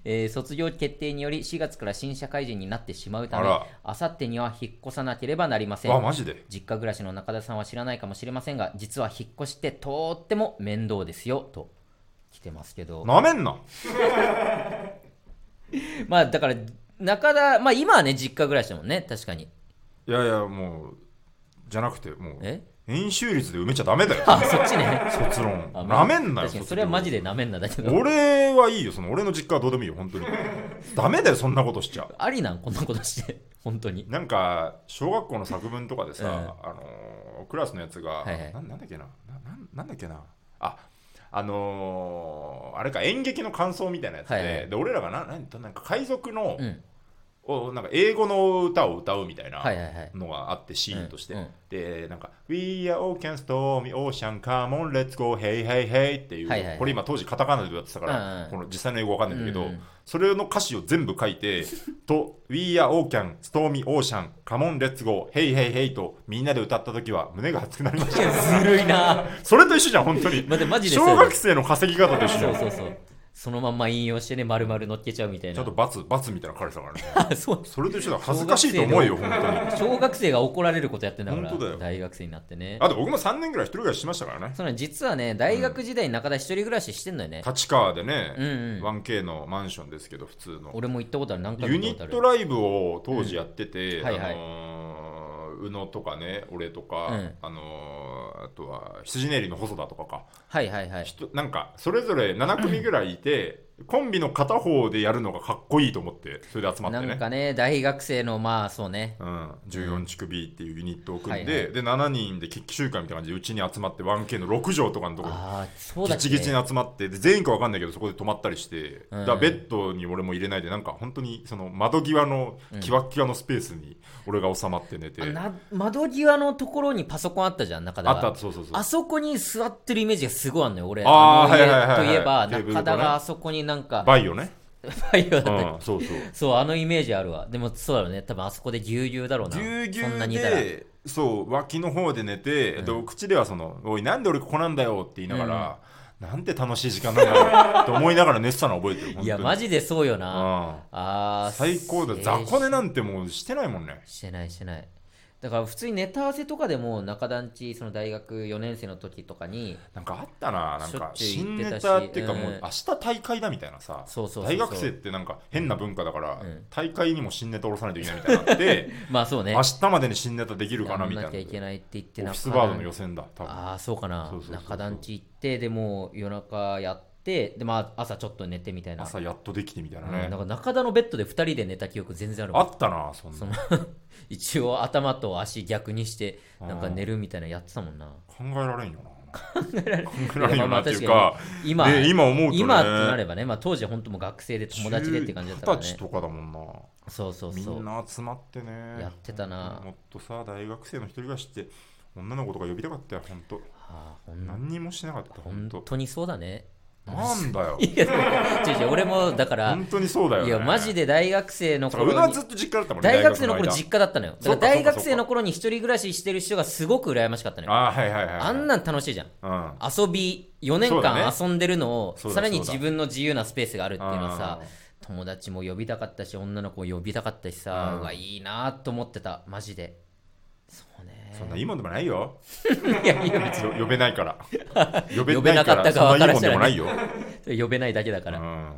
S2: えー卒業決定により4月から新社会人になってしまうため
S1: あら、
S2: あさってには引っ越さなければなりませ
S1: あ
S2: ん。
S1: マジで
S2: 実家暮らしの中田さんは知らないかもしれませんが、実は引っ越しってとっても面倒ですよ、と来てますけど。
S1: なめんな
S2: まあだから中田まあ今はね実家暮らしだもんね確かに
S1: いやいやもうじゃなくてもう
S2: え
S1: 演習率で埋めちゃダメだよ
S2: あそっちね
S1: 卒論
S2: あ
S1: なめんなよ
S2: 確かにそれはマジで
S1: な
S2: なめんなだけど
S1: 俺はいいよその俺の実家はどうでもいいよ本当にダメだよそんなことしちゃ
S2: ありなんこんなことして 本当に
S1: なんか小学校の作文とかでさ、
S2: う
S1: あ
S2: ん
S1: のークラスのやつが、
S2: はいはい
S1: ななんだっけなななんなんだっけなああのーあれか演劇の感想みたいなやつで,、
S2: はいはい
S1: で俺らがななんなんか海賊の、
S2: うん
S1: おなんか英語の歌を歌うみたいな
S2: はいはいはい
S1: のがあってシーンとして、
S2: うんうん
S1: でなんか「We are all can stormy ocean come on let's go hey hey hey」っていう、
S2: はいはいはい
S1: これ今当時カタカナで歌ってたから、
S2: うんうん
S1: この実際の英語わかんないんだけど、
S2: うんうん
S1: それの歌詞を全部書いて 「と We are all can stormy ocean come on let's go hey hey hey」とみんなで歌った時は胸が熱くなりまし
S2: い
S1: た
S2: やずるいな
S1: それと一緒じゃん本当に
S2: 待ってマジでそう
S1: 小学生の稼ぎ方と一緒じゃ
S2: そうんそうそうそのまんま引用してね丸々乗っけちゃうみたい
S1: ちゃ
S2: な
S1: と
S2: ん
S1: 罰罰みたいなの書いてたからね
S2: あ そう
S1: それと一緒だ恥ずかしいと思えよ本当に
S2: 小学生が怒られることやってんだから
S1: 本当だよ
S2: 大学生になってね
S1: あと僕も3年ぐらい一人暮らししましたからね
S2: その実はね大学時代に中田一人暮らししてんのよね
S1: 立川で
S2: うん
S1: ね、
S2: うん
S1: 1K のマンションですけど普通の
S2: 俺も行ったことある何回も
S1: ユ
S2: 行
S1: ニ
S2: った
S1: ッ
S2: こと
S1: ト
S2: ある
S1: ライブを当時やってて、
S2: うんはいはい
S1: あのー宇野とかね俺とか、
S2: うん
S1: あのーあとは羊ネイリの細田とかか
S2: はいはいはい
S1: ひとなんかそれぞれ7組ぐらいいて、コンビの片方でやるのがかっこいいと思ってそれで集まっ
S2: な
S1: て
S2: ん
S1: ね
S2: かね大学生のまあそうね
S1: うん、14乳首っていうユニットを組んで、
S2: はいはい
S1: で7人で決起集会みたいな感じでうちに集まって 1K の6畳とかのところに
S2: ああそうだ
S1: ギ
S2: っけ
S1: チギチに集まってで全員か分かんないけどそこで泊まったりして、
S2: うん
S1: だからベッドに俺も入れないでなんか本当にその窓際のキワッキワのスペースに俺が収まって寝て、
S2: あ
S1: あっ
S2: な窓際のところにパソコンあったじゃん中田
S1: た
S2: が
S1: あったそうそうそう
S2: あそこに座ってるイメージがすごいあるのよ俺
S1: あー
S2: あの家
S1: はいはいはいはい
S2: といえば
S1: テーブル
S2: 中
S1: とね
S2: 田があそこになんか
S1: バイオね、
S2: バイオだった
S1: う
S2: っけ
S1: ん、そうそう
S2: そうあのイメージあるわでもそうだろうね多分あそこでぎゅうぎゅうだろうな
S1: ぎゅうぎゅ
S2: そんな
S1: う
S2: にいたら
S1: でそう脇の方で寝て、でお口ではその「おいなんで俺ここなんだよ」って言いながら、なんて楽しい時間なんだろうと思いながら寝てたの覚えてる本当に
S2: いやマジでそうよな
S1: うん
S2: あー
S1: 最高だ
S2: せー
S1: 雑魚寝なんてもうしてないもんね
S2: してないしてないだから普通にネタ合わせとかでも中団地その大学4年生の時とかに
S1: なんかあったななん
S2: しょ
S1: か
S2: っちゅう
S1: 新
S2: 言って
S1: ネ
S2: たし
S1: タっていうか
S2: うん
S1: もう明日大会だみたいなさ
S2: そうそうそうそう
S1: 大学生ってなんか変な文化だから
S2: うん
S1: 大会にも新ネタ下ろさないといけないみたいになって
S2: まあそう ね
S1: 明日までに新ネタできるか
S2: や
S1: なんみたいな
S2: な
S1: オ
S2: きゃいけ
S1: フ
S2: ないって言って
S1: ィス
S2: 中
S1: バー
S2: 団
S1: ドの予選だ多分
S2: ああそうかな
S1: そうそうそうそう
S2: 中団地行ってでもう夜中やってでまあ朝ちょっと寝てみたいな,、
S1: 朝やっとできてみたいな
S2: うん、なん
S1: ね
S2: か中田のベッドで2人で寝た記憶全然あるもん
S1: あったなそんな
S2: 一応頭と足逆にしてなんか
S1: うん
S2: 寝るみたいなのやってたもんな
S1: 考えられんよな考えられんよなっていう
S2: いやまあ
S1: か
S2: 確に今
S1: ね今思うとね
S2: 今ってなればね、まあ、当時は本当もう学生で友達でって感じだったから
S1: 10
S2: ね
S1: 歳とかだもんな
S2: そうそう
S1: み
S2: そうん
S1: な集まってね
S2: やってたな
S1: もっとさ大学生の一人暮らしって女の子とか呼びたかったよ本当
S2: あーほん
S1: 何にもしなかった本
S2: 本
S1: 当
S2: 当にそうだね
S1: なんだよ
S2: いや違う違う俺もだから
S1: 本当にそうだよ、ね、
S2: いやマジで大学生の
S1: だから
S2: 頃
S1: うな
S2: に
S1: ずっと実家だったもんね
S2: 大学生の頃
S1: 間
S2: 実家だったのよだ
S1: そう
S2: か
S1: から
S2: 大
S1: そうか
S2: 学
S1: そう
S2: 生
S1: か
S2: の頃に一人暮らししてる人がすごく羨ましかったのよ
S1: あはいはいはい、はい、
S2: あんなん楽しいじゃん
S1: うん
S2: 遊び4年
S1: そうだ
S2: 間
S1: ね
S2: 遊んでるのを
S1: そうだ
S2: さらに
S1: そうだ
S2: 自分の自由なスペースがあるっていうのはさ
S1: うん
S2: 友達も呼びたかったし女の子も呼びたかったしさ
S1: うん
S2: うわいいなと思ってたマジで そうね
S1: そんないいもんでもないよ
S2: いやいや
S1: よ呼べないから 呼
S2: 呼べなかった
S1: そ
S2: 側
S1: んな
S2: か
S1: いいもん
S2: らした
S1: で
S2: ら
S1: もないよ、
S2: ね呼べないだけだから、
S1: う
S2: ま
S1: ん
S2: あ、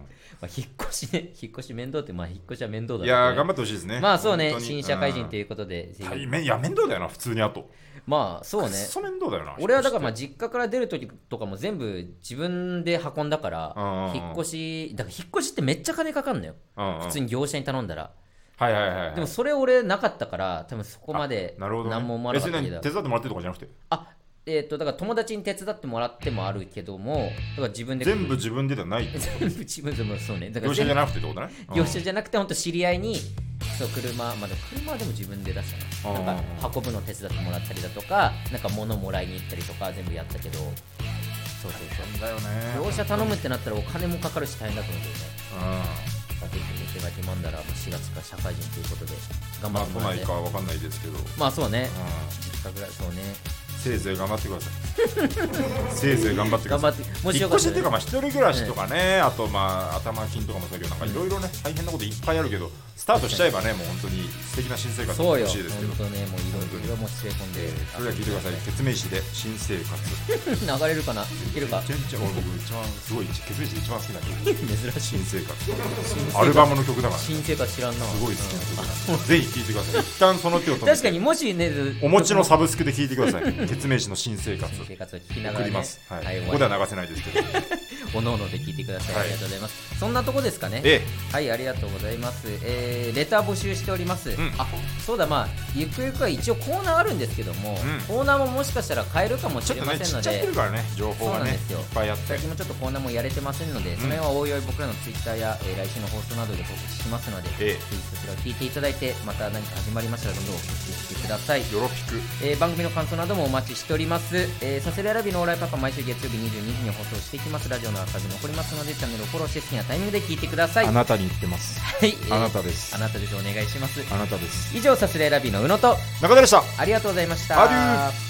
S2: 引っ越しね引っ越し面倒ってまあ引っ越しは面倒だろ
S1: い
S2: うね
S1: やー頑張ってほしいですね
S2: まあそうね
S1: 本当に
S2: 新社会人と
S1: うん
S2: いうことで、ぜひ
S1: 大変いや面倒だよな普通にあと
S2: まあそうね
S1: クソ面倒だよな
S2: 俺はだから
S1: 引
S2: まあ
S1: っ
S2: 実家から出る時とかも全部自分で運んだから
S1: うん
S2: 引っ越しだから引っ越しってめっちゃ金かかんのよ
S1: 越し
S2: 普通
S1: て
S2: に業者に頼んだら
S1: うんうんはいはいはい、はい、
S2: でもそれ俺なかったから多分そこまで
S1: なるほど、ね、
S2: 何も思わなかった
S1: え
S2: け
S1: それ
S2: ど
S1: 何手伝ってもらってるとかじゃなくて
S2: あえっ、とだから友達に手伝ってもらってもあるけどもだから自分で
S1: 全部自分でではないってこと
S2: 全部自分でもそうねだから
S1: 業者じゃ
S2: 全
S1: なくてってことね
S2: 部業者じゃなくて本当知り合いにそう車まあでも車はでも自分で出したな
S1: あー
S2: なんか運ぶの手伝ってもらったりだとかなんか物もらいに行ったりとか全部やったけどそうそうそう
S1: うんだよね
S2: 業者頼むってなったらお金もかかるし大変だと思うけどね
S1: う
S2: だって手が決まんだら4月から社会人ということで頑
S1: んまあ
S2: 張って
S1: 都
S2: もらっ
S1: 内
S2: て
S1: かは分かんないですけど、うん、
S2: まあそうね実家ぐらいそうね
S1: せいぜい頑張ってください せいぜい頑張ってくだ
S2: 頑
S1: さ
S2: 張
S1: い
S2: ってもし
S1: 引
S2: よ
S1: っ
S2: かっ
S1: 越し
S2: たら
S1: っていうかまあ一人暮らしとかね、あとまあ頭金とかもそうだけどなんかいろいろね大変なこといっぱいあるけどスタートしちゃえばねもう本当に素敵な新生活が
S2: そうよ
S1: 欲しいですけど
S2: 本当ねもういろ
S1: 本当に
S2: いろもう連れ込んで
S1: それでは聞いてください決命詞で新生活
S2: 流れるかないける か
S1: 全然俺僕一番すごい決命詞で一番好きな曲
S2: 珍しい
S1: 新生活
S2: 活
S1: アルバムの曲だからす
S2: 新生活知らんな
S1: ごい好きな曲なんでぜひ聴いてください一旦その手を止め
S2: 確か
S1: て
S2: にもしね
S1: お持ちのサブスクで聴いてください決命詞の新生活
S2: 新生活を聞きな
S1: 送
S2: がら
S1: り
S2: ね
S1: ます、はい
S2: はい
S1: ここでは流せないですけど
S2: おのおので聞いてください
S1: はい
S2: ありがとうございますそんなとこですかね
S1: ええ
S2: はい、ありがとうございます。えーレター募集しております。
S1: ん
S2: あ、そうだ、まあ、ゆくゆくは一応コーナーあるんですけども、
S1: ん
S2: コーナーももしかしたら変えるかもし
S1: ちょっ
S2: れ
S1: と
S2: ま
S1: ね
S2: せん
S1: ち
S2: の
S1: っちゃって
S2: で
S1: る。からね情報がねい
S2: そうなん
S1: っ
S2: ですよ
S1: ぱいあって
S2: 最近もちょっとコーナーもやれてませんので、その辺はおいおい僕らのツイッターや、えー来週の放送などで告知しますので、
S1: ええ
S2: ぜひそちらを聞いていただいて、また何か始まりましたらどんどんお聞きください。
S1: よろぴく
S2: えー番組の感想などもお待ちしております、えー、サセレアラビのオーライパパ毎週月曜日22時に放送していきますラジオのアーカイブ残りますのでチャンネルをフォローして好きなタイミングで聞いてください
S1: なたに言ってます
S2: はい、えー
S1: あなたです
S2: あなたです。お願いします。
S1: あなたです
S2: 以上、サスレラビの宇野と、
S1: 中田でした
S2: ありがとうございました。
S1: アデュー